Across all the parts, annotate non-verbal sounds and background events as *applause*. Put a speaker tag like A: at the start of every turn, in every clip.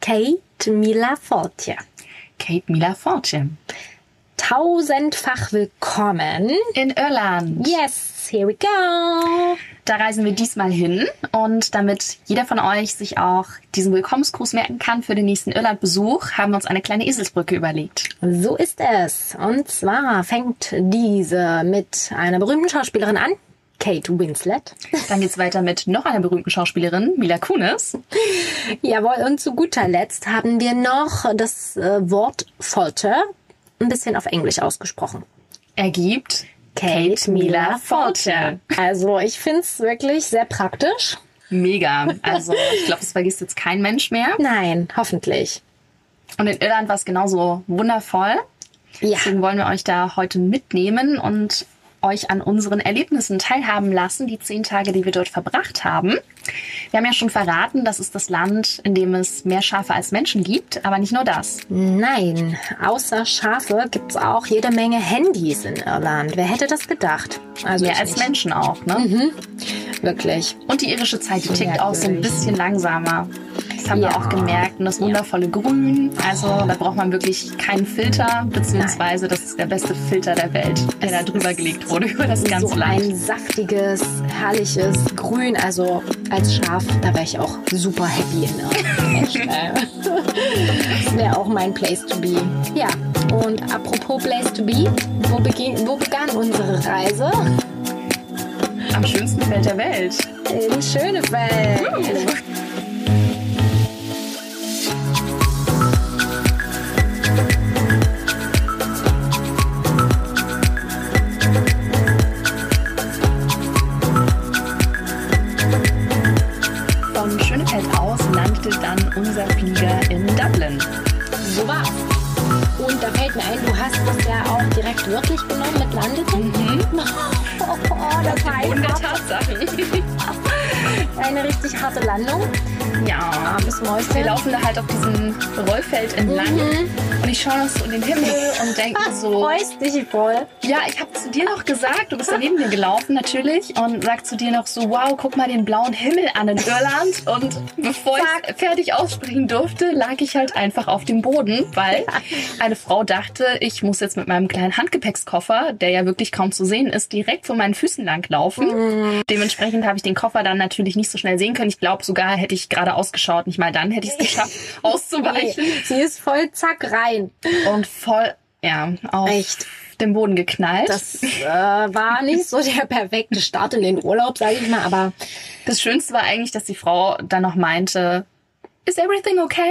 A: Kate Milaforte.
B: Kate Milaforte.
A: Tausendfach willkommen.
B: In Irland.
A: Yes, here we go.
B: Da reisen wir diesmal hin und damit jeder von euch sich auch diesen Willkommensgruß merken kann für den nächsten Irlandbesuch, haben wir uns eine kleine Eselsbrücke überlegt.
A: So ist es. Und zwar fängt diese mit einer berühmten Schauspielerin an. Kate Winslet.
B: Dann geht's weiter mit noch einer berühmten Schauspielerin, Mila Kunis.
A: Jawohl, und zu guter Letzt haben wir noch das äh, Wort Folter ein bisschen auf Englisch ausgesprochen.
B: Ergibt
A: Kate, Mila Forte.
B: Forte.
A: Also ich find's wirklich sehr praktisch.
B: Mega. Also ich glaube, das vergisst jetzt kein Mensch mehr.
A: Nein, hoffentlich.
B: Und in Irland war es genauso wundervoll.
A: Ja,
B: Deswegen wollen wir euch da heute mitnehmen und euch an unseren Erlebnissen teilhaben lassen, die zehn Tage, die wir dort verbracht haben. Wir haben ja schon verraten, das ist das Land, in dem es mehr Schafe als Menschen gibt, aber nicht nur das.
A: nein. Außer Schafe gibt's auch jede Menge Handys in Irland. Wer hätte das gedacht? Also
B: Mehr
A: ich
B: als
A: nicht.
B: Menschen auch, ne?
A: Mhm. Wirklich.
B: Und die irische Zeit, die tickt auch so ein
A: Merkwürdig.
B: bisschen langsamer. Das haben
A: Ja.
B: wir auch gemerkt. Und das wundervolle Grün. Also da braucht man wirklich keinen Filter, beziehungsweise das ist der beste Filter der Welt, der da drüber gelegt wurde über das ganze
A: so
B: Land.
A: ein saftiges, herrliches Grün. Also als Schaf, da wäre ich auch super happy in Irland. Echt, äh, Das wäre auch mein Place to be. Ja, und apropos Place to be, wo, begin wo begann unsere Reise?
B: Am schönsten Feld der Welt.
A: In Schönefeld.
B: Von Schönefeld aus landete dann unser Flieger in Dublin.
A: So war's. Und da fällt mir ein, du hast das ja auch direkt wirklich genommen mit Landeten. *laughs* Oh, das war
B: Und der
A: einfach
B: Tatsachen.
A: eine richtig harte Landung.
B: *laughs* Ja.
A: Armes
B: Wir
A: Mäuschen.
B: laufen da halt auf diesem Rollfeld entlang und ich schaue noch so in den Himmel und denke so,
A: Freust dich voll.
B: Ja, ich habe zu dir noch gesagt, du bist ja neben mir gelaufen natürlich und sag zu dir noch so, wow, guck mal den blauen Himmel an in Irland. Und bevor ich fertig aussprechen durfte, lag ich halt einfach auf dem Boden, weil eine Frau dachte, ich muss jetzt mit meinem kleinen Handgepäckskoffer, der ja wirklich kaum zu sehen ist, direkt vor meinen Füßen lang laufen.
A: Mhm.
B: Dementsprechend habe ich den Koffer dann natürlich nicht so schnell sehen können. Ich glaube sogar, hätte ich gerade ausgeschaut, nicht mal dann hätte ich es geschafft,
A: Nee,
B: auszuweichen.
A: sie ist voll zack rein.
B: Und voll, ja, auf
A: Echt.
B: den Boden geknallt.
A: Das äh, war nicht so der perfekte Start in den Urlaub, sage ich mal, aber
B: Das Schönste war eigentlich, dass die Frau dann noch meinte, Is everything okay?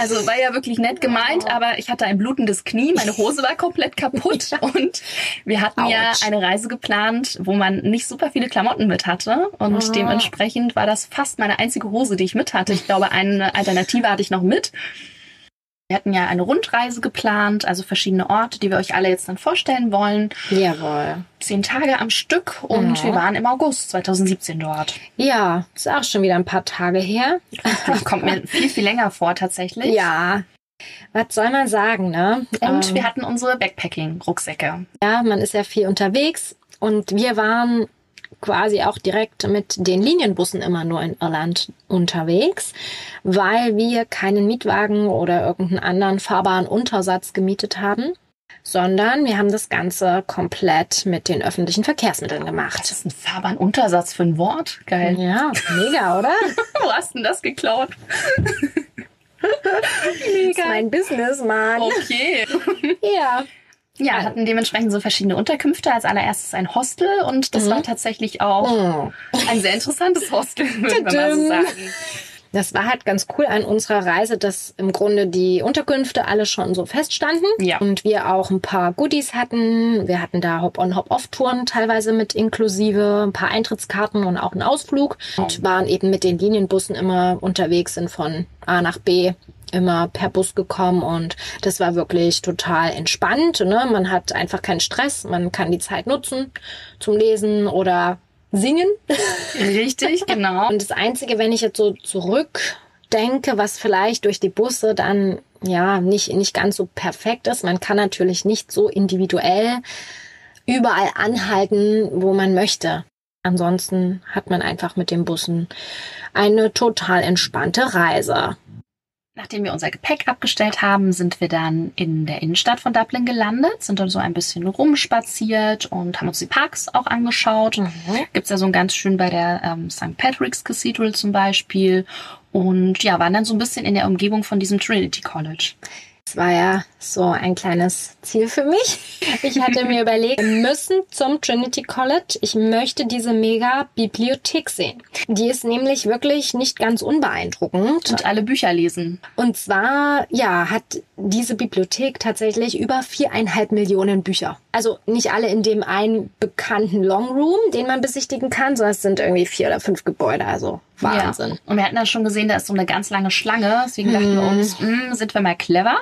B: Also war ja wirklich nett gemeint, aber ich hatte ein blutendes Knie, meine Hose war komplett kaputt und wir hatten ja
A: Autsch.
B: eine Reise geplant, wo man nicht super viele Klamotten mit hatte und dementsprechend war das fast meine einzige Hose, die ich mit hatte. Ich glaube, eine Alternative hatte ich noch mit. Wir hatten ja eine Rundreise geplant, also verschiedene Orte, die wir euch alle jetzt dann vorstellen wollen.
A: jawohl.
B: Zehn Tage am Stück und
A: Mhm.
B: wir waren im August 2017 dort.
A: Ja, ist auch schon wieder ein paar Tage her.
B: Das kommt mir viel, viel länger vor tatsächlich.
A: Ja. Was soll man sagen, ne?
B: Und
A: Ähm,
B: wir hatten unsere Backpacking-Rucksäcke.
A: Ja, man ist ja viel unterwegs und wir waren quasi auch direkt mit den Linienbussen immer nur in Irland unterwegs, weil wir keinen Mietwagen oder irgendeinen anderen fahrbaren Untersatz gemietet haben, sondern wir haben das Ganze komplett mit den öffentlichen Verkehrsmitteln
B: Das
A: gemacht.
B: ist ein fahrbaren Untersatz für ein Wort. Geil.
A: Ja, mega, oder?
B: Wo hast denn das geklaut?
A: Das ist mein Business, Mann.
B: Oh. Okay.
A: Ja.
B: *laughs* Ja, hatten dementsprechend so verschiedene Unterkünfte. Als allererstes ein Hostel und das war tatsächlich auch
A: Mhm. Oh.
B: ein sehr interessantes Hostel, würde man mal so
A: Tadam.
B: sagen.
A: Das war halt ganz cool an unserer Reise, dass im Grunde die Unterkünfte alle schon so feststanden
B: Ja.
A: und wir auch ein paar Goodies hatten. Wir hatten da Hop-on, Hop-off-Touren teilweise mit inklusive, ein paar Eintrittskarten und auch einen Ausflug und waren eben mit den Linienbussen immer unterwegs, sind von A nach B immer per Bus gekommen und das war wirklich total entspannt. Ne? Man hat einfach keinen Stress, man kann die Zeit nutzen zum Lesen oder singen.
B: Richtig, genau.
A: Und das Einzige, wenn ich jetzt so zurückdenke, was vielleicht durch die Busse dann ja nicht, nicht ganz so perfekt ist, man kann natürlich nicht so individuell überall anhalten, wo man möchte. Ansonsten hat man einfach mit den Bussen eine total entspannte Reise.
B: Nachdem wir unser Gepäck abgestellt haben, sind wir dann in der Innenstadt von Dublin gelandet, sind dann so ein bisschen rumspaziert und haben uns die Parks auch angeschaut.
A: Mhm.
B: Gibt's ja so einen ganz schön bei der ähm, St. Patrick's Cathedral zum Beispiel. Und ja, waren dann so ein bisschen in der Umgebung von diesem Trinity College.
A: Das war ja so ein kleines Ziel für mich. Ich hatte mir überlegt, wir müssen zum Trinity College. Ich möchte diese Mega-Bibliothek sehen. Die ist nämlich wirklich nicht ganz unbeeindruckend.
B: Und alle Bücher lesen.
A: Und zwar, ja, hat diese Bibliothek tatsächlich über viereinhalb Millionen Bücher. Also nicht alle in dem einen bekannten Long Room, den man besichtigen kann, sondern es sind irgendwie vier oder fünf Gebäude. Also Wahnsinn.
B: Ja. Und wir hatten dann schon gesehen, da ist so eine ganz lange Schlange. Deswegen dachten wir uns,
A: Mhm.
B: "Hm, sind wir mal clever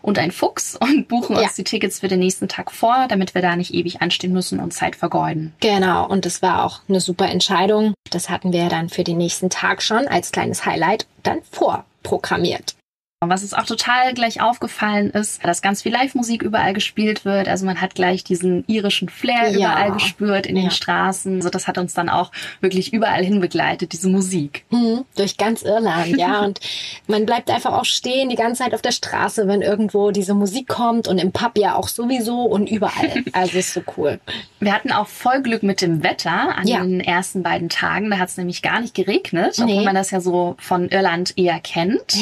B: und ein Fuchs und buchen
A: Ja.
B: uns die Tickets für den nächsten Tag vor, damit wir da nicht ewig anstehen müssen und Zeit vergeuden.
A: Genau, und das war auch eine super Entscheidung. Das hatten wir dann für den nächsten Tag schon als kleines Highlight dann vorprogrammiert.
B: Was uns auch total gleich aufgefallen ist, dass ganz viel Live-Musik überall gespielt wird. Also man hat gleich diesen irischen Flair
A: Ja.
B: überall gespürt in
A: Ja.
B: den Straßen. Also das hat uns dann auch wirklich überall hin begleitet, diese Musik.
A: Hm, durch ganz Irland,
B: *laughs*
A: ja. Und man bleibt einfach auch stehen die ganze Zeit auf der Straße, wenn irgendwo diese Musik kommt und im Pub ja auch sowieso und
B: *laughs*
A: überall. Also ist so cool.
B: Wir hatten auch voll Glück mit dem Wetter an
A: Ja.
B: den ersten beiden Tagen. Da hat es nämlich gar nicht geregnet,
A: Nee.
B: obwohl man das ja so von Irland eher kennt.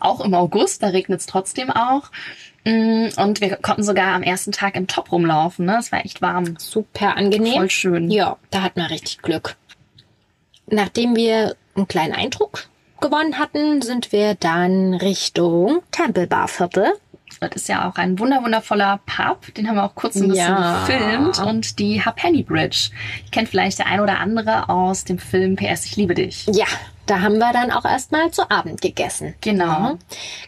B: Auch im August, da regnet es trotzdem auch. Mm, Und wir konnten sogar am ersten Tag im Top rumlaufen. Ne? Es war echt warm.
A: Super angenehm.
B: Voll schön.
A: Ja, da hat man richtig Glück. Nachdem wir einen kleinen Eindruck gewonnen hatten, sind wir dann Richtung Tempelbarviertel.
B: Das ist ja auch ein wunder wundervoller Pub. Den haben wir auch kurz ein bisschen
A: Ja.
B: gefilmt. Und die Halfpenny Bridge. Die kennt vielleicht der ein oder andere aus dem Film PS Ich liebe dich.
A: Ja, da haben wir dann auch erstmal zu Abend gegessen.
B: Genau.
A: Mhm.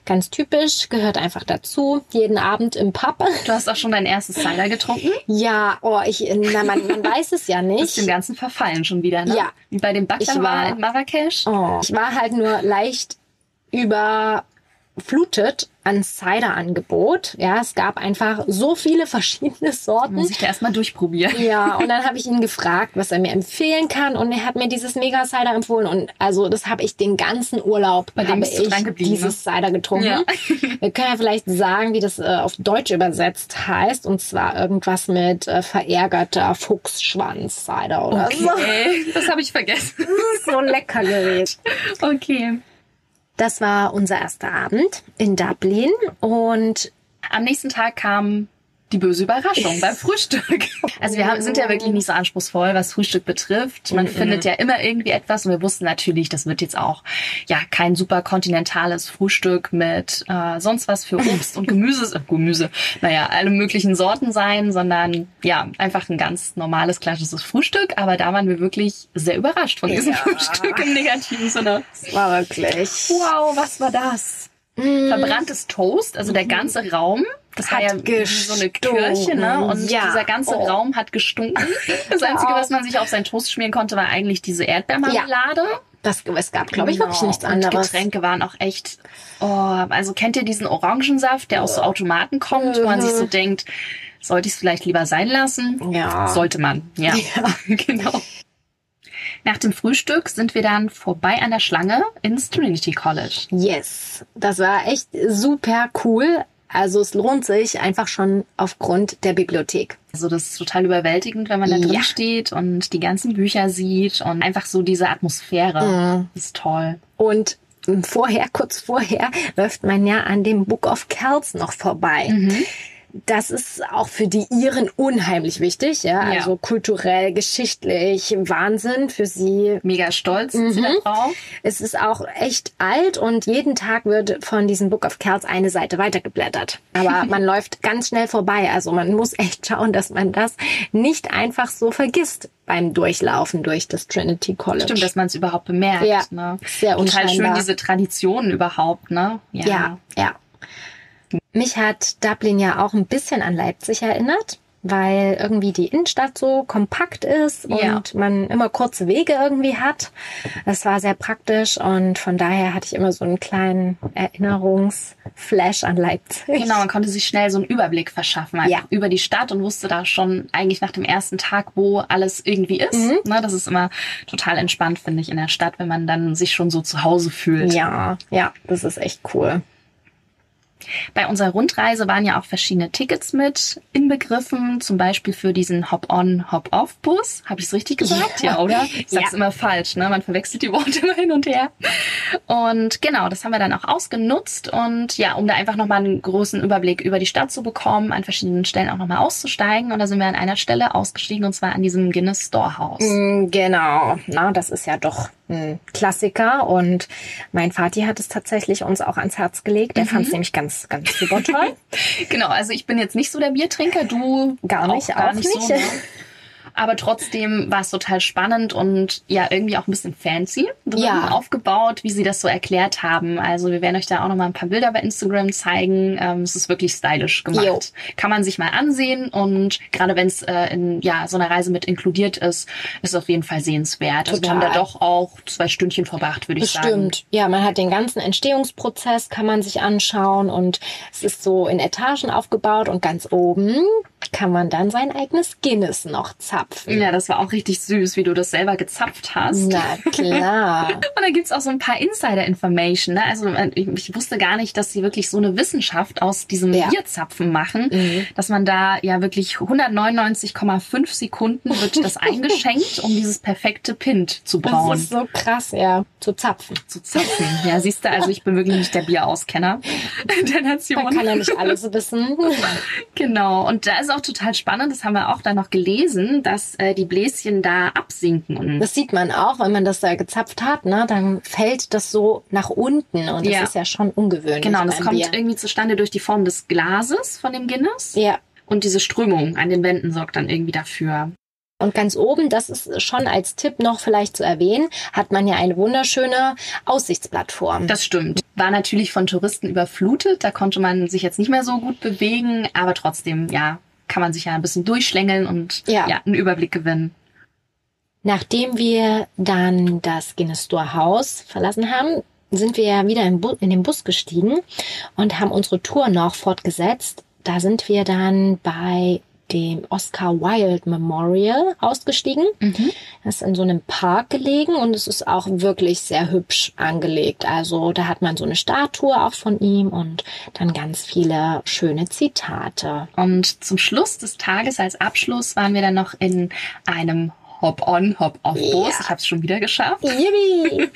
A: Ganz typisch, gehört einfach dazu. Jeden Abend im Pub. *laughs*
B: Du hast auch schon dein erstes Cider getrunken.
A: Ja, oh, ich, na, man, man weiß es ja
B: Ist dem
A: nicht.
B: Ganzen verfallen schon wieder, ne?
A: Ja.
B: Wie bei dem
A: Ich war-
B: Baklava in Marrakesch.
A: Oh. Ich war halt nur leicht überflutet an Cider-Angebot. Ja, es gab einfach so viele verschiedene *laughs* Sorten.
B: Muss ich da erstmal durchprobieren.
A: Ja, und dann habe ich ihn gefragt, was er mir empfehlen kann. Und er hat mir dieses Mega-Cider empfohlen. Und also das habe ich den ganzen Urlaub
B: Bei dem
A: habe
B: bist du
A: ich
B: dran geblieben, ne?
A: dieses Cider getrunken.
B: Ja.
A: *laughs* Wir können ja vielleicht sagen, wie das äh, auf Deutsch übersetzt heißt. Und zwar irgendwas mit äh, verärgerter Fuchsschwanz-Cider oder *laughs*
B: Okay, das habe ich vergessen.
A: so. So lecker gewesen.
B: Okay.
A: Das war unser erster Abend in Dublin. Und
B: Am nächsten Tag kam die böse Überraschung beim Frühstück. Also wir haben, sind ja wirklich nicht so anspruchsvoll, was Frühstück betrifft. Man findet ja immer irgendwie etwas und wir wussten natürlich, das wird jetzt auch ja kein super kontinentales Frühstück mit äh, sonst was für Obst und Gemüse, *laughs* äh, Gemüse, naja, alle möglichen Sorten sein, sondern ja, einfach ein ganz normales, klassisches Frühstück. Aber da waren wir wirklich sehr überrascht von diesem *laughs*
A: Ja.
B: Frühstück im negativen Sinne.
A: es war wirklich.
B: Wow, was war das? Verbranntes Toast, also der ganze Raum. Das war
A: Mm. Mhm. Hat
B: ja wie so eine
A: gestunken,
B: Kirche, ne? Und
A: ja.
B: dieser ganze
A: Oh. Genau.
B: Raum hat
A: *laughs*
B: gestunken. Das Einzige, was man sich auf seinen Toast schmieren konnte, war eigentlich diese Erdbeermarmelade.
A: Das, es gab, glaube ich, wirklich
B: Genau.
A: nichts
B: Und
A: anderes.
B: Getränke waren auch echt. Oh, also kennt ihr diesen Orangensaft, der aus so Automaten kommt, wo man sich so denkt, sollte ich es vielleicht lieber sein lassen?
A: Ja.
B: Sollte man, ja. *laughs* genau. Nach dem Frühstück sind wir dann vorbei an der Schlange ins Trinity College.
A: Yes, das war echt super cool. Also es lohnt sich einfach schon aufgrund der Bibliothek.
B: Also das ist total überwältigend, wenn man da
A: Ja.
B: drin steht und die ganzen Bücher sieht und einfach so diese Atmosphäre
A: Mhm.
B: ist toll.
A: Und vorher, kurz vorher, läuft man ja an dem Book of Kells noch vorbei. Das ist auch für die Iren unheimlich wichtig, ja.
B: Ja.
A: Also kulturell, geschichtlich, Wahnsinn für sie.
B: Mega stolz
A: Mhm.
B: sind sie da drauf.
A: Es ist auch echt alt und jeden Tag wird von diesem Book of Kells eine Seite weitergeblättert. Aber man läuft ganz schnell vorbei. Also man muss echt schauen, dass man das nicht einfach so vergisst beim Durchlaufen durch das Trinity College.
B: Stimmt, dass man es überhaupt bemerkt.
A: Ja,
B: ne?
A: sehr
B: Total schön
A: unscheinbar.
B: diese Traditionen überhaupt, ne?
A: ja, ja. Mich hat Dublin ja auch ein bisschen an Leipzig erinnert. weil irgendwie die Innenstadt so kompakt ist und
B: Ja.
A: man immer kurze Wege irgendwie hat. Das war sehr praktisch und von daher hatte ich immer so einen kleinen Erinnerungsflash an Leipzig.
B: Genau, man konnte sich schnell so einen Überblick verschaffen einfach
A: Ja.
B: über die Stadt und wusste da schon eigentlich nach dem ersten Tag, wo alles irgendwie ist.
A: Mhm.
B: Ne, das ist immer total entspannt, finde ich, in der Stadt, wenn man dann sich schon so zu Hause fühlt.
A: Ja, ja, das ist echt cool.
B: Bei unserer Rundreise waren ja auch verschiedene Tickets mit inbegriffen, zum Beispiel für diesen Hop-on, Hop-off-Bus. Habe ich es richtig gesagt? Ja,
A: Ja.
B: oder? Ich sag's
A: Ja.
B: immer falsch, ne? Man verwechselt die Worte *laughs* immer hin und her. Und genau, das haben wir dann auch ausgenutzt und ja, um da einfach nochmal einen großen Überblick über die Stadt zu bekommen, an verschiedenen Stellen auch nochmal auszusteigen. Und da sind wir an einer Stelle ausgestiegen und zwar an diesem Guinness Storehouse.
A: Mm, Genau, na, das ist ja doch ein Klassiker und mein Vati hat es tatsächlich uns auch ans Herz gelegt.
B: Mhm.
A: Der fand es nämlich ganz, ganz super toll.
B: Genau, also ich bin jetzt nicht so der Biertrinker, du
A: Gar nicht,
B: auch, gar
A: auch
B: nicht,
A: nicht.
B: so. Ne? Aber trotzdem war es total spannend und ja, irgendwie auch ein bisschen fancy drin
A: Ja.
B: aufgebaut, wie sie das so erklärt haben. Also wir werden euch da auch nochmal ein paar Bilder bei Instagram zeigen. Ähm, es ist wirklich stylisch gemacht.
A: Jo.
B: Kann man sich mal ansehen und gerade wenn es äh, in ja, so einer Reise mit inkludiert ist, ist es auf jeden Fall sehenswert. Also wir haben da
A: Total.
B: doch auch zwei Stündchen verbracht, würde ich sagen.
A: Bestimmt. Ja, man hat den ganzen Entstehungsprozess, kann man sich anschauen und es ist so in Etagen aufgebaut und ganz oben kann man dann sein eigenes Guinness noch zapfen.
B: Ja, das war auch richtig süß, wie du das selber gezapft hast.
A: Na
B: *laughs*
A: klar.
B: Und da gibt's auch so ein paar Insider-Information. Ne? Also äh, ich, ich wusste gar nicht, dass sie wirklich so eine Wissenschaft aus diesem
A: Ja.
B: Bierzapfen machen,
A: Mhm.
B: dass man da ja wirklich 199,5 Sekunden wird
A: *laughs*
B: das eingeschenkt, um dieses perfekte Pint zu
A: Das
B: brauen.
A: ist so krass, ja, zu zapfen.
B: Zu zapfen. Ja, siehst du, also ich bin wirklich nicht
A: *laughs*
B: der Bierauskenner der Nation.
A: Man kann ja nicht alles
B: *laughs*
A: wissen.
B: Genau, und da ist auch total spannend, das haben wir auch dann noch gelesen, dass äh, die Bläschen da absinken und
A: Das sieht man auch, wenn man das da gezapft hat, ne, dann fällt das so nach unten und das
B: Ja.
A: ist ja schon ungewöhnlich.
B: Genau, und das
A: beim
B: kommt
A: Bier.
B: irgendwie zustande durch die Form des Glases von dem Guinness.
A: Ja.
B: Und diese Strömung an den Wänden sorgt dann irgendwie dafür.
A: Und ganz oben, das ist schon als Tipp noch vielleicht zu erwähnen, hat man ja eine wunderschöne Aussichtsplattform.
B: Das stimmt. War natürlich von Touristen überflutet. Da konnte man sich jetzt nicht mehr so gut bewegen. Aber trotzdem, ja, kann man sich ja ein bisschen durchschlängeln und ja.
A: Ja.
B: einen Überblick gewinnen.
A: Nachdem wir dann das Guinness Store House verlassen haben, sind wir wieder im Bu in den Bus gestiegen und haben unsere Tour noch fortgesetzt. Da sind wir dann bei dem Oscar Wilde Memorial ausgestiegen. Das ist in so einem Park gelegen und es ist auch wirklich sehr hübsch angelegt. Also da hat man so eine Statue auch von ihm und dann ganz viele schöne Zitate.
B: Und zum Schluss des Tages, als Abschluss, waren wir dann noch in einem Hop-on, Hop-off-Bus.
A: Ja.
B: Ich habe es schon wieder geschafft.
A: Yippie!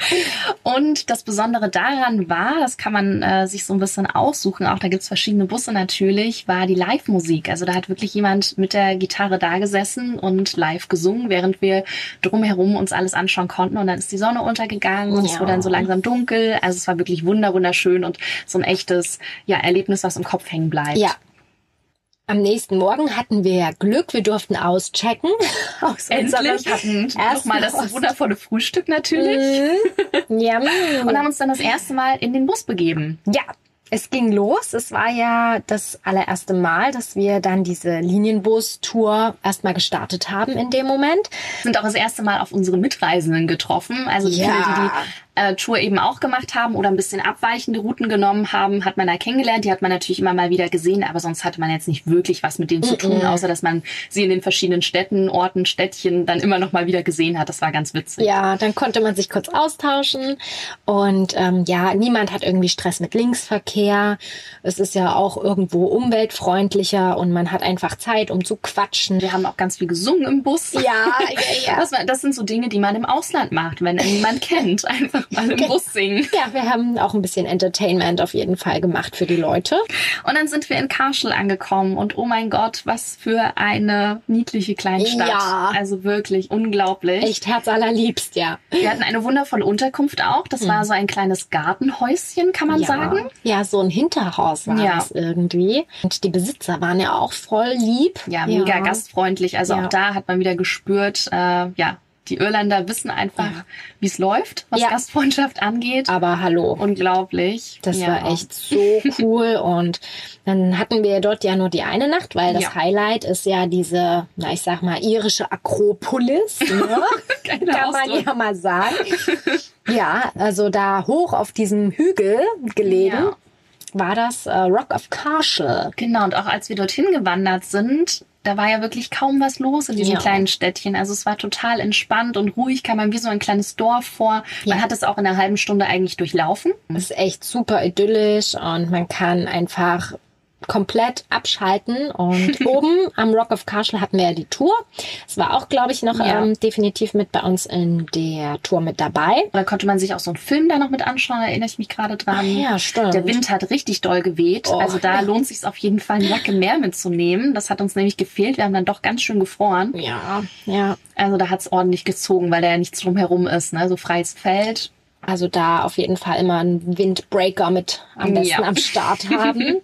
B: Und das Besondere daran war, das kann man äh, sich so ein bisschen aussuchen, auch da gibt's verschiedene Busse natürlich, war die Live-Musik. Also da hat wirklich jemand mit der Gitarre da gesessen und live gesungen, während wir drumherum uns alles anschauen konnten. Und dann ist die Sonne untergegangen und es
A: Ja.
B: wurde dann so langsam dunkel. Also es war wirklich wunder wunderschön und so ein echtes ja, Erlebnis, was im Kopf hängen bleibt.
A: Ja. Am nächsten Morgen hatten wir ja Glück, wir durften auschecken. *laughs* Aus
B: Endlich
A: unserem-
B: hatten nochmal das
A: Erstmal-
B: wundervolle Frühstück natürlich
A: Mhm. Ja.
B: und haben uns dann das erste Mal in den Bus begeben.
A: ja, es ging los. Es war ja das allererste Mal, dass wir dann diese Linienbus-Tour erstmal gestartet haben in dem Moment.
B: sind auch das erste Mal auf unsere Mitreisenden getroffen. Also die
A: Ja.
B: viele, die die äh, Tour eben auch gemacht haben oder ein bisschen abweichende Routen genommen haben, hat man da kennengelernt. Die hat man natürlich immer mal wieder gesehen, aber sonst hatte man jetzt nicht wirklich was mit denen zu tun, außer dass man sie in den verschiedenen Städten, Orten, Städtchen dann immer noch mal wieder gesehen hat. Das war ganz witzig.
A: Ja, dann konnte man sich kurz austauschen. Und ähm, ja, niemand hat irgendwie Stress mit Linksverkehr. Es ist ja auch irgendwo umweltfreundlicher und man hat einfach Zeit, um zu quatschen.
B: Wir haben auch ganz viel gesungen im Bus.
A: Ja, ja, *laughs* ja.
B: Das, war- das sind so Dinge, die man im Ausland macht, wenn einen
A: *laughs*
B: niemand kennt. Einfach mal im Bus singen.
A: Ja, wir haben auch ein bisschen Entertainment auf jeden Fall gemacht für die Leute.
B: Und dann sind wir in Karschel angekommen und oh mein Gott, was für eine niedliche Kleinstadt.
A: Ja.
B: Also wirklich unglaublich.
A: Echt herzallerliebst, ja.
B: Wir hatten eine wundervolle Unterkunft auch. Das war so ein kleines Gartenhäuschen, kann man
A: Hm. ja.
B: sagen.
A: Ja, so ein Hinterhaus war
B: Ja.
A: das irgendwie. Und die Besitzer waren ja auch voll lieb.
B: Ja, mega gastfreundlich. Also
A: Ja.
B: auch da hat man wieder gespürt, äh, ja, die Irlander wissen einfach,
A: Ja.
B: wie es läuft, was
A: Ja.
B: Gastfreundschaft angeht.
A: Aber hallo.
B: Unglaublich.
A: Das
B: Ja.
A: war echt
B: *laughs*
A: so cool. Und dann hatten wir dort ja nur die eine Nacht, weil das
B: Ja.
A: Highlight ist ja diese, na ich sag mal, irische Akropolis. Ne?
B: *laughs* Geiler
A: Kann man
B: Ausdruck.
A: ja mal sagen. ja, also da hoch auf diesem Hügel gelegen
B: Ja.
A: war das äh, Rock of Carshall.
B: Genau, und auch als wir dorthin gewandert sind, da war ja wirklich kaum was los in diesem
A: Ja.
B: kleinen Städtchen. Also es war total entspannt und ruhig, kam man wie so ein kleines Dorf vor.
A: Ja.
B: Man hat es auch in einer halben Stunde eigentlich durchlaufen.
A: Ist echt super idyllisch und man kann einfach komplett abschalten. Und oben am Rock of Carshall hatten wir ja die Tour. Es war auch, glaube ich, noch
B: Ja.
A: ähm, definitiv mit bei uns in der Tour mit dabei.
B: Da konnte man sich auch so einen Film da noch mit anschauen, da erinnere ich mich gerade dran.
A: ja, stimmt.
B: Der Wind hat richtig doll geweht.
A: Oh,
B: also da
A: ja.
B: lohnt sich auf jeden Fall, eine Jacke mehr mitzunehmen. Das hat uns nämlich gefehlt. Wir haben dann doch ganz schön gefroren.
A: Ja, ja.
B: Also da hat es ordentlich gezogen, weil da ja nichts drumherum ist. Ne? So freies Feld.
A: Also da auf jeden Fall immer einen Windbreaker mit am besten
B: Ja.
A: am Start
B: *laughs*
A: haben.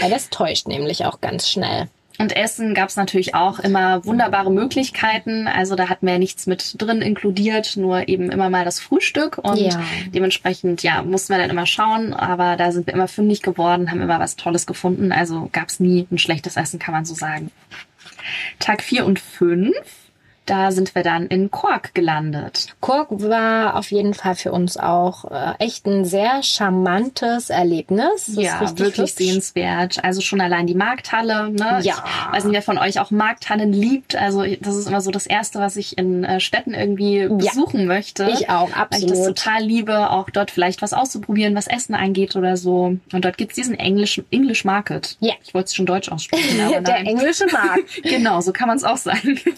A: Weil das täuscht nämlich auch ganz schnell.
B: Und Essen gab es natürlich auch immer wunderbare Möglichkeiten. Also da hatten wir ja nichts mit drin inkludiert, nur eben immer mal das Frühstück. Und
A: Ja.
B: dementsprechend, ja, mussten wir dann immer schauen. Aber da sind wir immer fündig geworden, haben immer was Tolles gefunden. Also gab es nie ein schlechtes Essen, kann man so sagen. Tag vier und fünf, da sind wir dann in Cork gelandet.
A: Cork war auf jeden Fall für uns auch äh, echt ein sehr charmantes Erlebnis. Das ist richtig
B: wirklich
A: hübsch.
B: sehenswert. Also schon allein die Markthalle. Ne?
A: Ja.
B: Ich weiß nicht, wer von euch auch Markthallen liebt. Also das ist immer so das Erste, was ich in äh, Städten irgendwie besuchen möchte.
A: Ich auch,
B: ne? Weil ich das
A: absolut.
B: total liebe, auch dort vielleicht was auszuprobieren, was Essen angeht oder so. Und dort gibt's diesen englischen English Market.
A: Ja.
B: Ich wollte es schon deutsch
A: *laughs*
B: aussprechen, aber
A: *laughs* Der
B: nein.
A: englische
B: *laughs*
A: Markt.
B: Genau, so kann man es auch sagen. *laughs*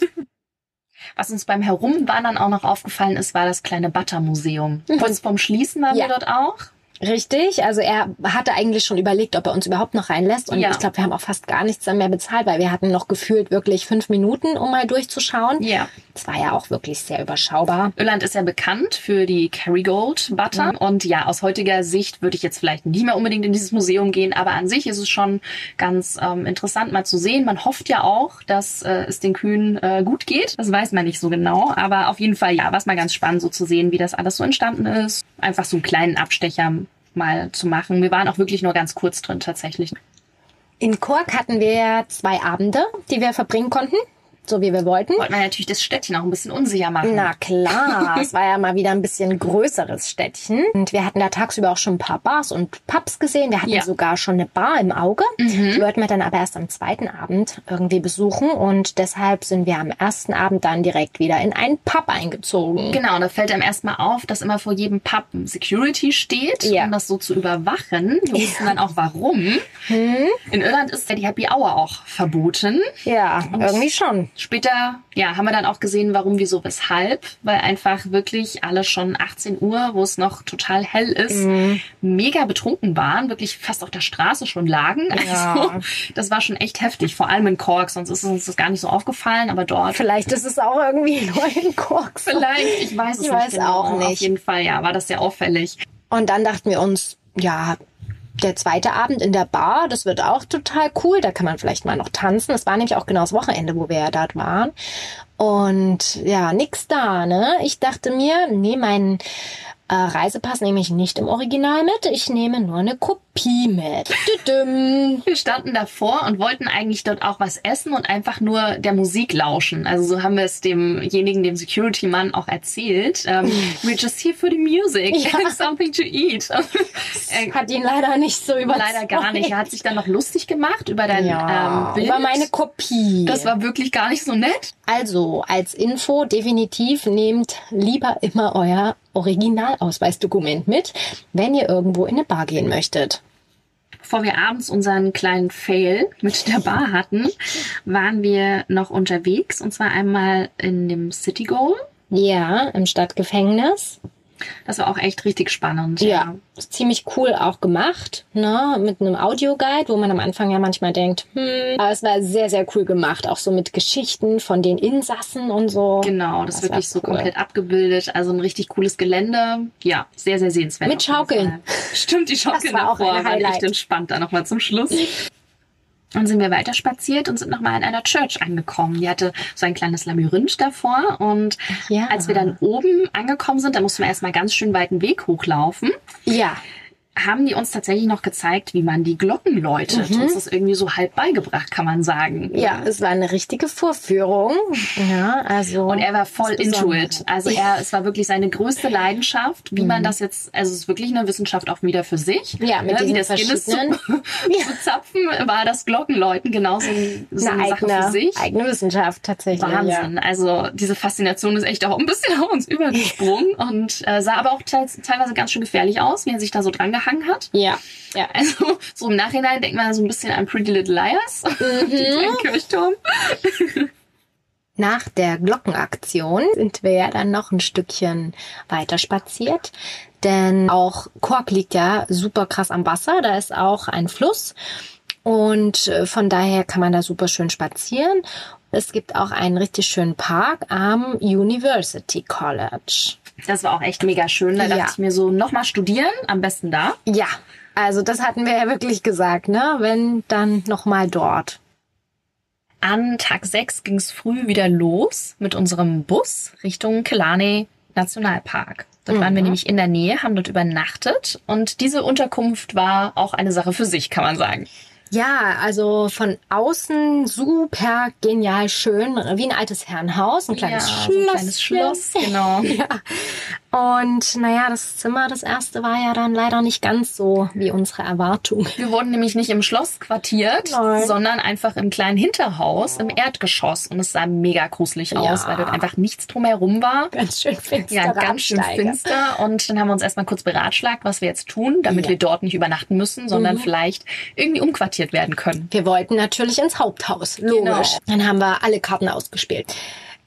B: Was uns beim Herumwandern auch noch aufgefallen ist, war das kleine Butter-Museum.
A: Mhm.
B: Kurz vorm Schließen waren
A: Ja.
B: wir dort auch.
A: Richtig, also er hatte eigentlich schon überlegt, ob er uns überhaupt noch reinlässt. Und
B: Ja.
A: ich glaube, wir haben auch fast gar nichts dann mehr bezahlt, weil wir hatten noch gefühlt wirklich fünf Minuten, um mal durchzuschauen.
B: Ja.
A: Das war ja auch wirklich sehr überschaubar.
B: Irland ist ja bekannt für die Kerrygold Butter. Und ja, aus heutiger Sicht würde ich jetzt vielleicht nicht mehr unbedingt in dieses Museum gehen, aber an sich ist es schon ganz ähm, interessant mal zu sehen. Man hofft ja auch, dass äh, es den Kühen äh, gut geht. Das weiß man nicht so genau, aber auf jeden Fall, ja, war es mal ganz spannend so zu sehen, wie das alles so entstanden ist. Einfach so einen kleinen Abstecher mal zu machen. Wir waren auch wirklich nur ganz kurz drin tatsächlich.
A: In Cork hatten wir zwei Abende, die wir verbringen konnten, so wie wir wollten.
B: Wollten wir natürlich das Städtchen auch ein bisschen unsicher machen.
A: Na
B: *laughs*
A: klar, es war ja mal wieder ein bisschen größeres Städtchen. Und wir hatten da tagsüber auch schon ein paar Bars und Pubs gesehen. Wir hatten
B: Ja. Mhm.
A: sogar schon eine Bar im Auge. Die wollten wir dann aber erst am zweiten Abend irgendwie besuchen. Und deshalb sind wir am ersten Abend dann direkt wieder in einen Pub eingezogen.
B: Genau, da fällt einem erstmal auf, dass immer vor jedem Pub ein Security steht,
A: Ja.
B: um das so zu überwachen. Wir wussten dann auch warum.
A: Hm?
B: In Irland ist ja die Happy Hour auch verboten.
A: Ja, irgendwie schon.
B: Später, ja, haben wir dann auch gesehen, warum, wieso, weshalb, weil einfach wirklich alle schon 18 Uhr, wo es noch total hell ist,
A: Mhm.
B: mega betrunken waren, wirklich fast auf der Straße schon lagen. Also,
A: Ja.
B: das war schon echt heftig, vor allem in Cork, sonst ist uns das gar nicht so aufgefallen, aber dort
A: Vielleicht ist es auch irgendwie *laughs* neu in Cork. so.
B: Vielleicht, ich weiß es
A: Ich
B: nicht
A: weiß
B: genau.
A: auch
B: Auf
A: nicht.
B: jeden Fall, ja, war das sehr auffällig.
A: Und dann dachten wir uns, ja, der zweite Abend in der Bar, das wird auch total cool. Da kann man vielleicht mal noch tanzen. Das war nämlich auch genau das Wochenende, wo wir ja dort waren. Und ja, nix da, ne? Ich dachte mir, nee, meinen äh, Reisepass nehme ich nicht im Original mit. Ich nehme nur eine Kopie mit. Düdüm.
B: Wir standen davor und wollten eigentlich dort auch was essen und einfach nur der Musik lauschen. Also so haben wir es demjenigen, dem Security-Mann auch erzählt.
A: *laughs*
B: Ähm, We're just here for the music
A: Ja.
B: and *laughs* something to eat.
A: *laughs*
B: Äh,
A: Hat ihn leider nicht so überzeugt.
B: Leider gar nicht. Er hat sich dann noch lustig gemacht über dein ähm,
A: Ja,
B: Bild.
A: über meine Kopie.
B: das war wirklich gar nicht so nett.
A: Also, als Info definitiv nehmt lieber immer euer Originalausweisdokument mit, wenn ihr irgendwo in eine Bar gehen möchtet.
B: Bevor wir abends unseren kleinen Fail mit der Bar hatten, waren wir noch unterwegs und zwar einmal in dem City Goal.
A: Ja, im Stadtgefängnis.
B: Das war auch echt richtig spannend.
A: Ja. Ist ziemlich cool auch gemacht, ne? Mit einem Audioguide, wo man am Anfang ja manchmal denkt, hm, aber es war sehr, sehr cool gemacht. Auch so mit Geschichten von den Insassen und so.
B: Genau,
A: Oh, Das war
B: das, ist wirklich so
A: cool.
B: komplett abgebildet. Also ein richtig cooles Gelände. Ja, sehr, sehr sehenswert.
A: Mit
B: auf jeden
A: Schaukeln.
B: Fall. Stimmt, die Schaukeln
A: war auch
B: davor
A: ein
B: waren echt
A: Highlight. *laughs*
B: entspannt. Da nochmal zum Schluss. Dann sind wir weiter spaziert und sind nochmal in einer Church angekommen. Die hatte so ein kleines Labyrinth davor. Und
A: Ja.
B: als wir dann oben angekommen sind, da mussten wir erstmal ganz schön weiten Weg hochlaufen,
A: Ja.
B: haben die uns tatsächlich noch gezeigt, wie man die Glocken läutet. Uns das irgendwie so halb beigebracht, kann man sagen.
A: Mhm. Ja, es war eine richtige Vorführung. Ja, also.
B: Und er war voll
A: Das
B: into
A: Besondere.
B: it. Also er, es war wirklich seine größte Leidenschaft, wie man das jetzt, also es ist wirklich eine Wissenschaft auch wieder für sich.
A: Mhm. Ja, mit
B: ne, wie
A: diesen
B: das Guinness zu,
A: verschiedenen-
B: *laughs* zu zapfen, war das Glockenläuten genauso ein- so eine,
A: eine
B: Sache für sich.
A: eigene, eigene Wissenschaft tatsächlich.
B: Wahnsinn. Also diese Faszination ist echt auch ein bisschen auf
A: *laughs*
B: uns übergesprungen und äh, sah aber auch teils, teilweise ganz schön gefährlich aus, wie er sich da so dran gehangen hat.
A: Ja. ja. ja.
B: Also so im Nachhinein denkt man so ein bisschen an Pretty Little Liars, *laughs*
A: Mhm.
B: den kleinen Kirchturm.
A: Nach der Glockenaktion sind wir ja dann noch ein Stückchen weiter spaziert. Denn auch Kork liegt ja super krass am Wasser. Da ist auch ein Fluss. Und äh, von daher kann man da super schön spazieren. Es gibt auch einen richtig schönen Park am University College.
B: Das war auch echt mega schön. Da
A: Ja.
B: dachte ich mir so, nochmal studieren, am besten da.
A: Ja, also das hatten wir ja wirklich gesagt, ne? Wenn, dann nochmal dort.
B: An Tag 6 ging es früh wieder los mit unserem Bus Richtung Killarney Nationalpark. Dort waren
A: Mhm.
B: wir nämlich in der Nähe, haben dort übernachtet und diese Unterkunft war auch eine Sache für sich, kann man sagen.
A: Ja, also von außen super genial schön, wie ein altes Herrenhaus, ein kleines
B: so
A: Schloss.
B: ein kleines Schloss, genau.
A: *laughs* Ja. Und naja, das Zimmer, das erste war ja dann leider nicht ganz so wie unsere Erwartung. *laughs*
B: Wir wurden nämlich nicht im Schloss quartiert,
A: Nein.
B: sondern einfach im kleinen Hinterhaus im Erdgeschoss und es sah mega gruselig aus, weil dort einfach nichts drumherum war.
A: Ganz schön finster.
B: Ja, ganz schön finster. Und dann haben wir uns erstmal kurz beratschlagt, was wir jetzt tun, damit
A: Ja. Mhm.
B: wir dort nicht übernachten müssen, sondern vielleicht irgendwie umquartiert werden können.
A: Wir wollten natürlich ins Haupthaus, logisch.
B: Genau.
A: Dann haben wir alle Karten ausgespielt.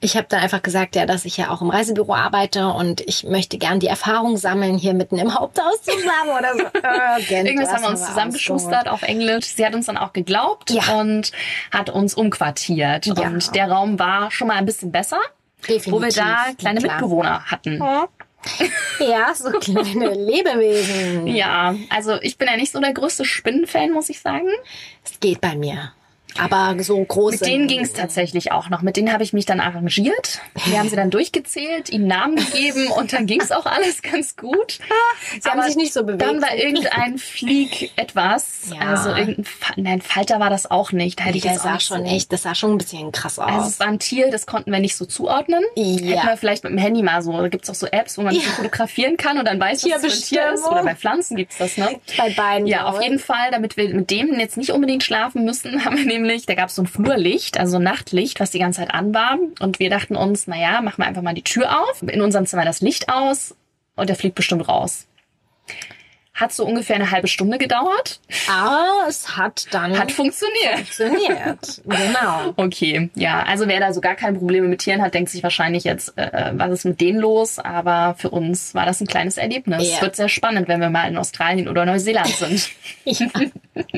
A: Ich habe dann einfach gesagt, ja, dass ich ja auch im Reisebüro arbeite und ich möchte gern die Erfahrung sammeln, hier mitten im Haupthaus zusammen
B: *laughs*
A: oder so. Irgendwas,
B: Irgendwas haben wir uns zusammengeschustert auf Englisch. Sie hat uns dann auch geglaubt
A: Ja.
B: und hat uns umquartiert.
A: Ja.
B: Und der Raum war schon mal ein bisschen besser,
A: Definitiv.
B: wo wir da kleine
A: Klar. Oh.
B: Mitbewohner hatten.
A: Ja, so kleine Lebewesen.
B: Ja, also ich bin ja nicht so der größte Spinnenfan, muss ich sagen.
A: Es geht bei mir. Aber so große.
B: Mit denen ging es tatsächlich auch noch. Mit denen habe ich mich dann arrangiert. Wir haben sie dann durchgezählt, ihnen Namen gegeben und dann ging es auch alles ganz
A: *laughs*
B: gut.
A: Ah, Sie haben
B: Aber
A: sich nicht so bewegt.
B: Dann war irgendein Flieg etwas.
A: Ja.
B: Also irgendein Fa Nein, Falter war das auch nicht. Da hätte ich
A: Der
B: jetzt auch
A: sah
B: nicht
A: schon
B: so-
A: echt, das sah schon ein bisschen krass aus.
B: Also es war ein Tier, das konnten wir nicht so zuordnen.
A: Ja.
B: Hätten wir vielleicht mit dem Handy mal so. Da gibt's auch so Apps, wo man
A: Ja.
B: fotografieren kann und dann weiß, was es für ein Tier ist.
A: Tierbestimmung.
B: Oder bei Pflanzen gibt's das, ne?
A: bei beiden.
B: Ja,
A: glaub
B: auf
A: ich.
B: jeden Fall, damit wir mit dem jetzt nicht unbedingt schlafen müssen, *laughs* haben wir nämlich, da gab es so ein Flurlicht, also Nachtlicht, was die ganze Zeit an war. Und wir dachten uns, naja, machen wir einfach mal die Tür auf, in unserem Zimmer das Licht aus und der fliegt bestimmt raus. Hat so ungefähr eine halbe Stunde gedauert,
A: Aber es hat dann
B: hat funktioniert. *laughs*
A: funktioniert. genau.
B: Okay, ja, also wer da so gar keine Probleme mit Tieren hat, denkt sich wahrscheinlich jetzt, äh, was ist mit denen los? Aber für uns war das ein kleines Erlebnis.
A: Ja.
B: Es wird sehr spannend, wenn wir mal in Australien oder Neuseeland sind.
A: *laughs* Ja,
B: *laughs*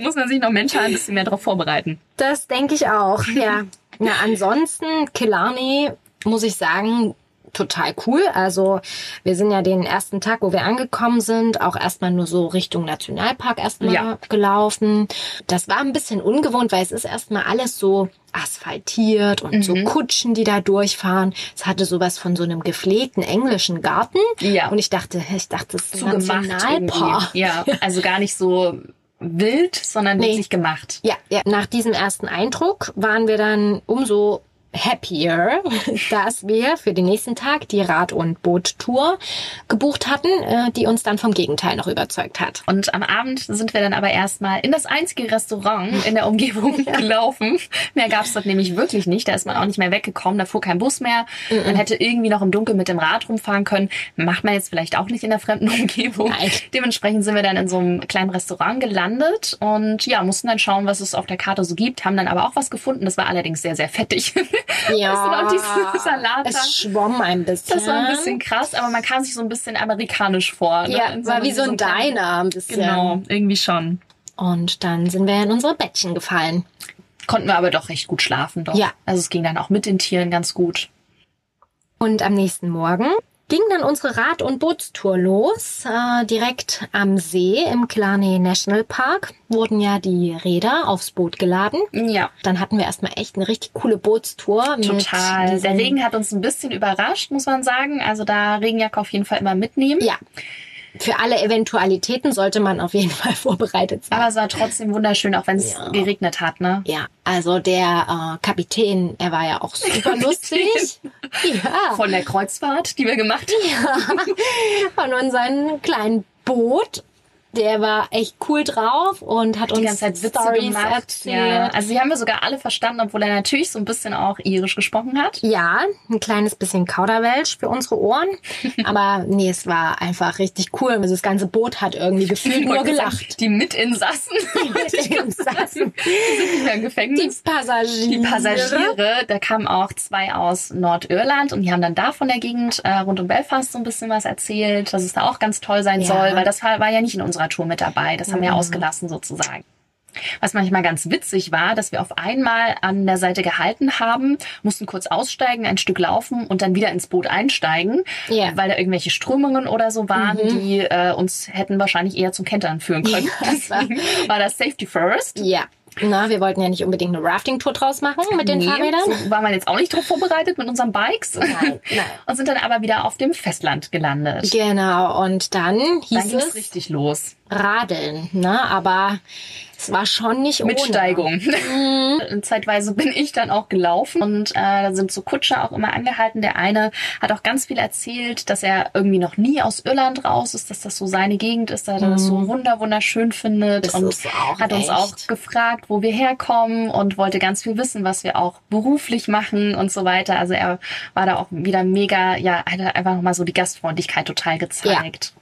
B: Muss man sich noch mental ein bisschen mehr darauf vorbereiten.
A: das denke ich auch,
B: Mhm.
A: ja. Na, ansonsten, Killarney, muss ich sagen, total cool. Also, wir sind ja den ersten Tag, wo wir angekommen sind, auch erstmal nur so Richtung Nationalpark erstmal
B: Ja.
A: gelaufen. Das war ein bisschen ungewohnt, weil es ist erstmal alles so asphaltiert und
B: Mhm.
A: so Kutschen, die da durchfahren. Es hatte sowas von so einem gepflegten englischen Garten.
B: Ja.
A: Und ich dachte, ich dachte, es ist ein
B: zugemacht.
A: Nationalpark.
B: irgendwie. Ja, also gar nicht so wild, sondern
A: Nee.
B: wirklich gemacht.
A: Ja, ja, nach diesem ersten Eindruck waren wir dann umso happier, *laughs* dass wir für den nächsten Tag die Rad- und Boot-Tour gebucht hatten, äh, die uns dann vom Gegenteil noch überzeugt hat.
B: Und am Abend sind wir dann aber erstmal in das einzige Restaurant in
A: *laughs*
B: der Umgebung gelaufen. Mehr gab's dort nämlich wirklich nicht. Da ist man auch nicht mehr weggekommen. Da fuhr kein Bus mehr. Man hätte irgendwie noch im Dunkeln mit dem Rad rumfahren können. Macht man jetzt vielleicht auch nicht in der fremden Umgebung.
A: Nein.
B: Dementsprechend sind wir dann in so einem kleinen Restaurant gelandet und ja, mussten dann schauen, was es auf der Karte so gibt. Haben dann aber auch was gefunden. Das war allerdings sehr, sehr fettig. *laughs* noch diesen Salat da?
A: es schwamm ein bisschen.
B: Das war ein bisschen krass, aber man kam sich so ein bisschen amerikanisch vor. ne?
A: ja,
B: In
A: war
B: einem-
A: wie so ein
B: kleinen-
A: Diner ein bisschen.
B: Genau, irgendwie schon.
A: Und dann sind wir in unsere Bettchen gefallen.
B: Konnten wir aber doch recht gut schlafen, doch.
A: Ja.
B: Also es ging dann auch mit den Tieren ganz gut.
A: Und am nächsten Morgen ging dann unsere Rad- und Bootstour los, äh, direkt am See im Klarne National Park wurden ja die Räder aufs Boot geladen.
B: Ja.
A: Dann hatten wir erstmal echt eine richtig coole Bootstour. mit
B: Total. Der
A: diesen-
B: Regen hat uns ein bisschen überrascht, muss man sagen. Also da Regenjacke auf jeden Fall immer mitnehmen.
A: Ja. Für alle Eventualitäten sollte man auf jeden *laughs* Fall vorbereitet sein.
B: Aber es war trotzdem wunderschön, auch wenn es
A: Ja.
B: geregnet hat, ne?
A: Ja, also der äh, Kapitän, er war ja auch
B: *laughs*
A: super lustig. Ja.
B: Von der Kreuzfahrt, die wir gemacht
A: ja. *laughs* Von unserem kleinen Boot. Der war echt cool drauf und hat
B: haben. Die
A: uns
B: ganze Zeit Witze
A: Stories
B: gemacht.
A: erzählt.
B: Ja. Also die haben wir sogar alle verstanden, obwohl er natürlich so ein bisschen auch irisch gesprochen hat.
A: Ja, ein kleines bisschen Kauderwelsch für unsere
B: *laughs*
A: Ohren. Aber nee, es war einfach richtig cool. Also das ganze Boot hat irgendwie gefühlt nur
B: Wollte ich
A: gelacht.
B: *laughs* sagen, Die Mitinsassen.
A: *laughs* Die
B: Die sind nicht mehr im Gefängnis.
A: Passagiere.
B: Die Passagiere, da kamen auch zwei aus Nordirland und die haben dann da von der Gegend äh, rund um Belfast so ein bisschen was erzählt, dass es da auch ganz toll sein
A: Ja. Mhm.
B: soll, weil das war, war ja nicht in unserer Tour mit dabei. Das haben wir ausgelassen sozusagen. Was manchmal ganz witzig war, dass wir auf einmal an der Seite gehalten haben, mussten kurz aussteigen, ein Stück laufen und dann wieder ins Boot einsteigen,
A: Ja. Mhm.
B: weil da irgendwelche Strömungen oder so waren, die äh, uns hätten wahrscheinlich eher zum Kentern führen können.
A: das war-
B: Deswegen war das Safety First.
A: Ja. Na, wir wollten ja nicht unbedingt eine Rafting-Tour draus machen mit den
B: Nee, *laughs*
A: Fahrrädern.
B: So war man jetzt auch nicht drauf vorbereitet mit unseren Bikes.
A: Nein, nein.
B: Und sind dann aber wieder auf dem Festland gelandet.
A: Genau, und dann
B: Dann
A: hieß
B: ging es
A: es
B: richtig los.
A: Radeln, ne? Aber es war schon nicht
B: Mit
A: ohne. Mhm.
B: Steigung. *laughs* Zeitweise bin ich dann auch gelaufen und äh, da sind so Kutscher auch immer angehalten. Der eine hat auch ganz viel erzählt, dass er irgendwie noch nie aus Irland raus ist, dass das so seine Gegend ist, dass er das so wunder wunderschön findet
A: Mhm. Das
B: und
A: ist auch
B: hat uns
A: echt.
B: auch gefragt, wo wir herkommen und wollte ganz viel wissen, was wir auch beruflich machen und so weiter. Also er war da auch wieder mega, ja, hat einfach nochmal so die Gastfreundlichkeit total gezeigt.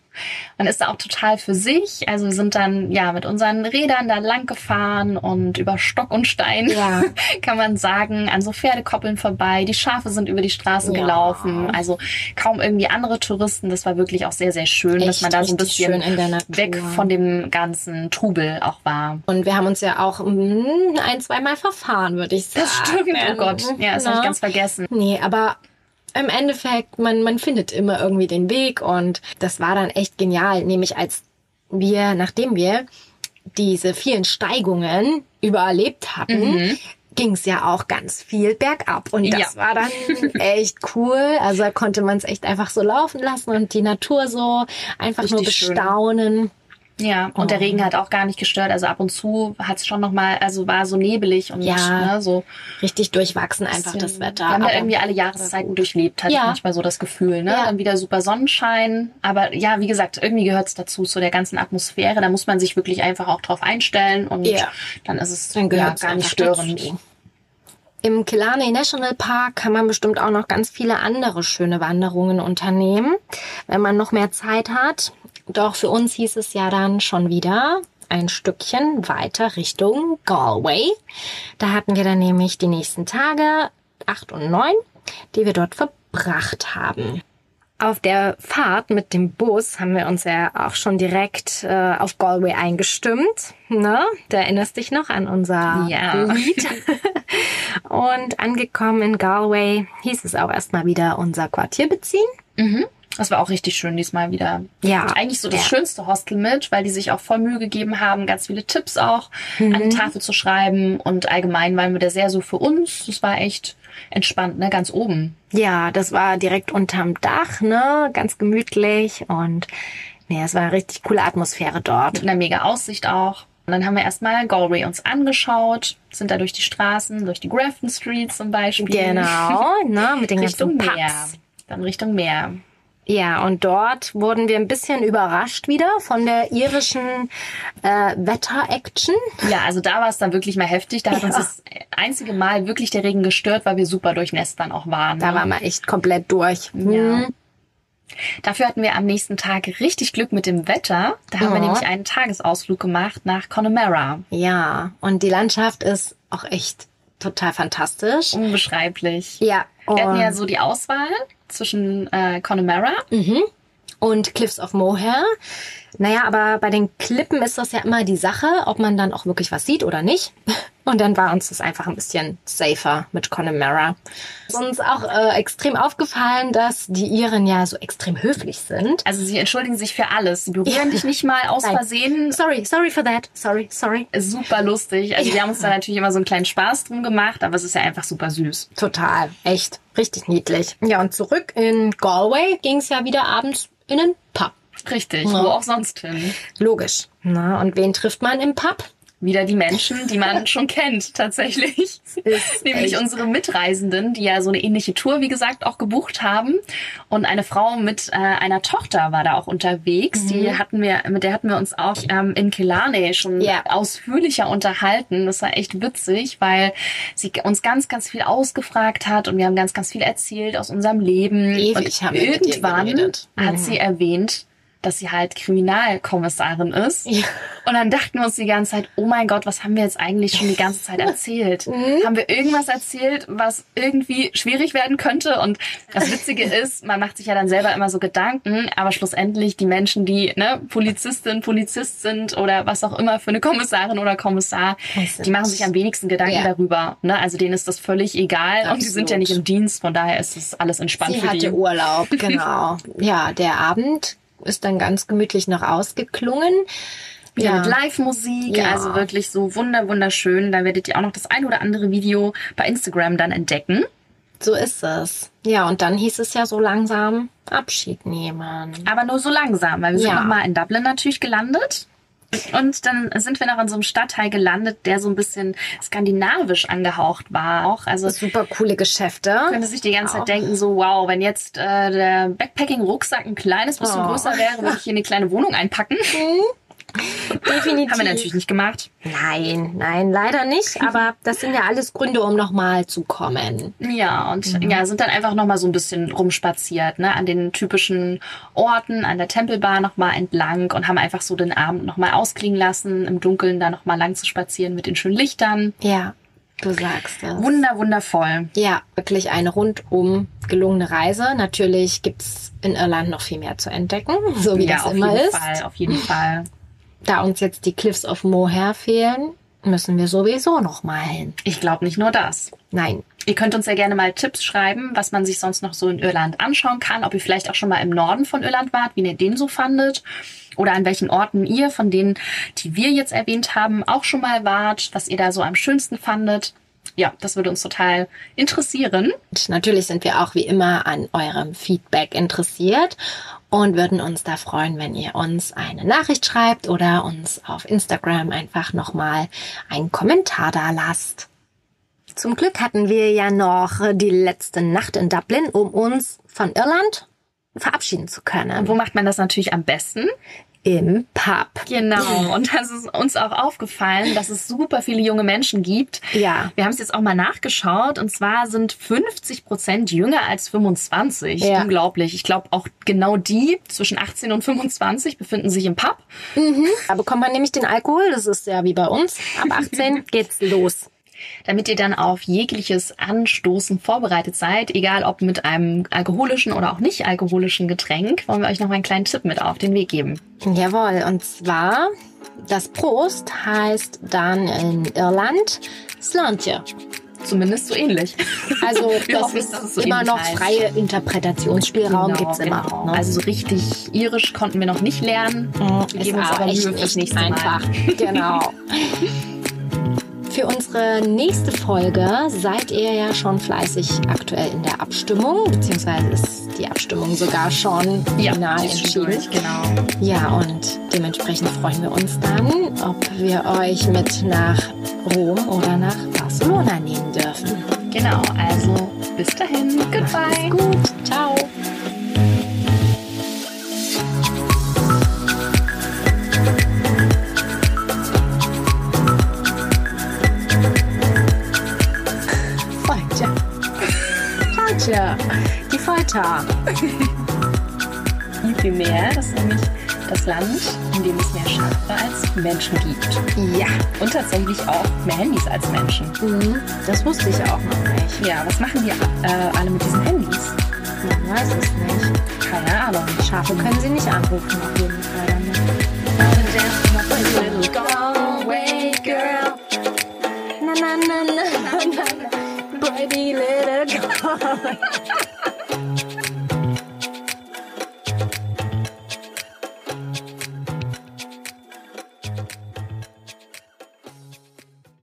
B: Man ist da auch total für sich. Also wir sind dann ja mit unseren Rädern da lang gefahren und über Stock und Stein,
A: Ja.
B: *laughs* kann man sagen, an so Pferdekoppeln vorbei. Die Schafe sind über die Straßen
A: Ja.
B: gelaufen. Also kaum irgendwie andere Touristen. Das war wirklich auch sehr, sehr schön,
A: Echt
B: dass man da so ein
A: richtig schön
B: bisschen
A: in der Natur.
B: weg von dem ganzen Trubel auch war.
A: Und wir haben uns ja auch mm, ein, zweimal verfahren, würde ich sagen. Ne?
B: Oh Gott, ja, das habe
A: Na?
B: ich ganz vergessen.
A: Nee, aber im Endeffekt, man, man findet immer irgendwie den Weg und das war dann echt genial, nämlich als wir, nachdem wir diese vielen Steigungen überlebt hatten, ging es ja auch ganz viel bergab. Und das
B: Mhm. Ja.
A: war dann
B: *laughs*
A: echt cool. Also da konnte man es echt einfach so laufen lassen und die Natur so einfach nur
B: Richtig schön.
A: bestaunen.
B: Ja,
A: Oh.
B: und der Regen hat auch gar nicht gestört. Also ab und zu hat es schon nochmal, also war so nebelig und
A: Ja.
B: ne, so.
A: Richtig durchwachsen einfach das Wetter.
B: Wir haben
A: Aber-
B: da irgendwie alle Jahreszeiten durchlebt, hatte
A: Ja.
B: ich manchmal so das Gefühl. Ne?
A: Ja.
B: Dann wieder super Sonnenschein. Aber ja, wie gesagt, irgendwie gehört es dazu, zu der ganzen Atmosphäre. Da muss man sich wirklich einfach auch drauf einstellen und
A: Ja.
B: dann ist es
A: Dann
B: ja,
A: gehört's
B: gar nicht
A: einfach
B: störend.
A: dazu. Im Killarney National Park kann man bestimmt auch noch ganz viele andere schöne Wanderungen unternehmen, wenn man noch mehr Zeit hat. Doch für uns hieß es ja dann schon wieder ein Stückchen weiter Richtung Galway. Da hatten wir dann nämlich die nächsten Tage, acht und neun, die wir dort verbracht haben. Auf der Fahrt mit dem Bus haben wir uns ja auch schon direkt äh, auf Galway eingestimmt. Ne? Du erinnerst dich noch an unser
B: Ja.
A: Lied. Und angekommen in Galway hieß es auch erstmal wieder unser Quartier beziehen.
B: *laughs* Das war auch richtig schön diesmal wieder.
A: Ja.
B: Und eigentlich so das
A: Ja.
B: schönste Hostel mit, weil die sich auch voll Mühe gegeben haben, ganz viele Tipps auch an die
A: Mhm.
B: Tafel zu schreiben. Und allgemein waren wir da sehr so für uns. Das war echt entspannt, ne? Ganz oben.
A: Ja, das war direkt unterm Dach, ne? Ganz gemütlich und nee, es war eine richtig coole Atmosphäre dort.
B: Mit einer mega Aussicht auch. Und dann haben wir erstmal Galway uns angeschaut, sind da durch die Straßen, durch die Grafton Street zum Beispiel.
A: Genau, ne? Mit den
B: *laughs* Richtung
A: ganzen
B: Meer.
A: Pubs.
B: Dann Richtung Meer.
A: Ja, und dort wurden wir ein bisschen überrascht wieder von der irischen äh, Wetter-Action.
B: Ja, also da war es dann wirklich mal heftig. Da hat uns das einzige Mal wirklich der Regen gestört, weil wir super durchnässt dann auch waren.
A: Da
B: ne?
A: waren wir echt komplett durch.
B: Ja. Dafür hatten wir am nächsten Tag richtig Glück mit dem Wetter. Da haben wir
A: Ja.
B: nämlich einen Tagesausflug gemacht nach Connemara.
A: ja, und die Landschaft ist auch echt total fantastisch.
B: Unbeschreiblich.
A: Ja,
B: Wir hatten
A: und-
B: ja so die Auswahl zwischen äh, Connemara.
A: und Cliffs of Moher. Naja, aber bei den Klippen ist das ja immer die Sache, ob man dann auch wirklich was sieht oder nicht. *laughs* Und dann war uns das einfach ein bisschen safer mit Connemara. Ist uns auch äh, extrem aufgefallen, dass die Iren ja so extrem höflich sind.
B: Also sie entschuldigen sich für alles. Sie berühren dich nicht mal aus
A: Nein.
B: Versehen.
A: Ähm, Sorry, sorry for that. Sorry, sorry.
B: Ist super lustig. Also wir haben uns da natürlich immer so einen kleinen Spaß drum gemacht, aber es ist ja einfach super süß.
A: Total, echt, richtig niedlich. Ja, und zurück in Galway ging es ja wieder abends in einen Pub.
B: Richtig, wo auch sonst hin.
A: Logisch. Na, und wen trifft man im Pub?
B: Wieder die Menschen, die man schon kennt, tatsächlich.
A: Ist
B: *laughs* Nämlich
A: echt-
B: unsere Mitreisenden, die ja so eine ähnliche Tour, wie gesagt, auch gebucht haben. Und eine Frau mit äh, einer Tochter war da auch unterwegs.
A: Mhm.
B: Die hatten wir, mit der hatten wir uns auch ähm, in Killarney schon
A: Ja.
B: ausführlicher unterhalten. Das war echt witzig, weil sie uns ganz, ganz viel ausgefragt hat und wir haben ganz, ganz viel erzählt aus unserem Leben.
A: Ewig
B: und
A: haben wir mit ihr
B: irgendwann
A: geredet.
B: hat sie erwähnt, dass sie halt Kriminalkommissarin ist.
A: Ja.
B: Und dann dachten wir uns die ganze Zeit, oh mein Gott, was haben wir jetzt eigentlich schon die ganze
A: *laughs*
B: Zeit erzählt?
A: Mhm.
B: Haben wir irgendwas erzählt, was irgendwie schwierig werden könnte? Und das
A: *laughs*
B: Witzige ist, man macht sich ja dann selber immer so Gedanken, aber schlussendlich die Menschen, die ne, Polizistin, Polizist sind oder was auch immer für eine Kommissarin oder Kommissar,
A: Es sind-
B: die machen sich am wenigsten Gedanken
A: Ja.
B: darüber. Ne? Also denen ist das völlig egal und die sind ja
A: Absolut.
B: nicht im Dienst, von daher ist es alles entspannt
A: Sie
B: für die.
A: hatte Urlaub,
B: *laughs*
A: genau. ja, der Abend ist dann ganz gemütlich noch ausgeklungen.
B: Ja. Mit
A: Ja,
B: Live-Musik,
A: Ja.
B: also wirklich so wunder wunderschön. Da werdet ihr auch noch das ein oder andere Video bei Instagram dann entdecken.
A: so ist es. Ja, und dann hieß es ja so langsam Abschied nehmen.
B: Aber nur so langsam, weil wir sind
A: Ja.
B: nochmal in Dublin natürlich gelandet. Und dann sind wir noch in so einem Stadtteil gelandet, der so ein bisschen skandinavisch angehaucht war. Auch. Also
A: Super coole Geschäfte.
B: könnte sich die ganze
A: Auch.
B: Zeit denken, so wow, wenn jetzt äh, der Backpacking-Rucksack ein kleines bisschen
A: Oh.
B: größer wäre, würde ich hier eine kleine
A: *laughs*
B: Wohnung einpacken.
A: Definitiv.
B: Haben wir natürlich nicht gemacht.
A: Nein, nein, leider nicht. Aber das sind ja alles Gründe, um nochmal zu kommen.
B: Ja, und
A: Mhm.
B: ja, sind dann einfach nochmal so ein bisschen rumspaziert, ne, an den typischen Orten, an der Tempelbar nochmal entlang und haben einfach so den Abend nochmal ausklingen lassen, im Dunkeln da nochmal lang zu spazieren mit den schönen Lichtern.
A: Ja, du sagst es.
B: Wunder, wundervoll.
A: Ja, wirklich eine rundum gelungene Reise. Natürlich gibt's in Irland noch viel mehr zu entdecken, *laughs* so wie das
B: auf
A: immer
B: jeden
A: ist.
B: Fall, auf jeden Fall.
A: Da uns jetzt die Cliffs of Moher fehlen, müssen wir sowieso noch mal hin.
B: Ich glaube nicht nur das.
A: Nein,
B: Ihr könnt uns ja gerne mal Tipps schreiben, was man sich sonst noch so in Irland anschauen kann, ob ihr vielleicht auch schon mal im Norden von Irland wart, wie ihr den so fandet oder an welchen Orten ihr von denen, die wir jetzt erwähnt haben, auch schon mal wart, was ihr da so am schönsten fandet. Ja, das würde uns total interessieren.
A: und natürlich sind wir auch wie immer an eurem Feedback interessiert und würden uns da freuen, wenn ihr uns eine Nachricht schreibt oder uns auf Instagram einfach noch mal einen Kommentar da lasst. Zum Glück hatten wir ja noch die letzte Nacht in Dublin, um uns von Irland verabschieden zu
B: Und
A: können.
B: wo macht man das natürlich am besten?
A: Im Pub.
B: Genau. Und das ist uns auch aufgefallen, dass es super viele junge Menschen gibt.
A: Ja.
B: Wir haben es jetzt auch mal nachgeschaut und zwar sind 50 Prozent jünger als 25.
A: Ja.
B: Unglaublich. Ich glaube auch genau die zwischen 18 und 25 befinden sich im Pub.
A: Da bekommt man nämlich den Alkohol, das ist ja wie bei uns. Ab 18 geht's los.
B: Damit ihr dann auf jegliches Anstoßen vorbereitet seid, egal ob mit einem alkoholischen oder auch nicht alkoholischen Getränk, wollen wir euch noch mal einen kleinen Tipp mit auf den Weg geben.
A: Jawohl, und zwar das Prost heißt dann in Irland Slantje.
B: Zumindest so ähnlich. *laughs*
A: Also
B: Wir
A: das
B: hoffen,
A: ist
B: dass es so
A: immer
B: ähnlich
A: noch
B: heißt.
A: freie Interpretationsspielraum gibt's immer.
B: genau.
A: Ne?
B: Also so richtig irisch konnten wir noch nicht lernen. wir
A: Ist
B: geben uns aber
A: echt
B: Mühe fürs
A: nicht
B: nächste Mal.
A: einfach. Genau. Für unsere nächste Folge seid ihr ja schon fleißig aktuell in der Abstimmung, beziehungsweise ist die Abstimmung sogar schon final
B: die ist schon
A: entschieden.
B: durch, genau.
A: Ja, und dementsprechend freuen wir uns dann, ob wir euch mit nach Rom oder nach Barcelona nehmen dürfen.
B: Genau, also bis dahin. Goodbye.
A: Macht's gut. Ciao. Folter. Folter. Die Folter.
B: Mittelmeer, das ist nämlich das Land, in dem es mehr Schafe als Menschen gibt.
A: Ja,
B: Und tatsächlich auch mehr Handys als Menschen.
A: mhm. das wusste ich auch noch nicht.
B: Ja, was machen die äh, alle mit diesen Handys?
A: Man weiß es nicht.
B: Keine Ahnung.
A: Schafe können sie nicht anrufen, auf jeden Fall. Damit.
B: Galway girl.
A: Na, na, Gott.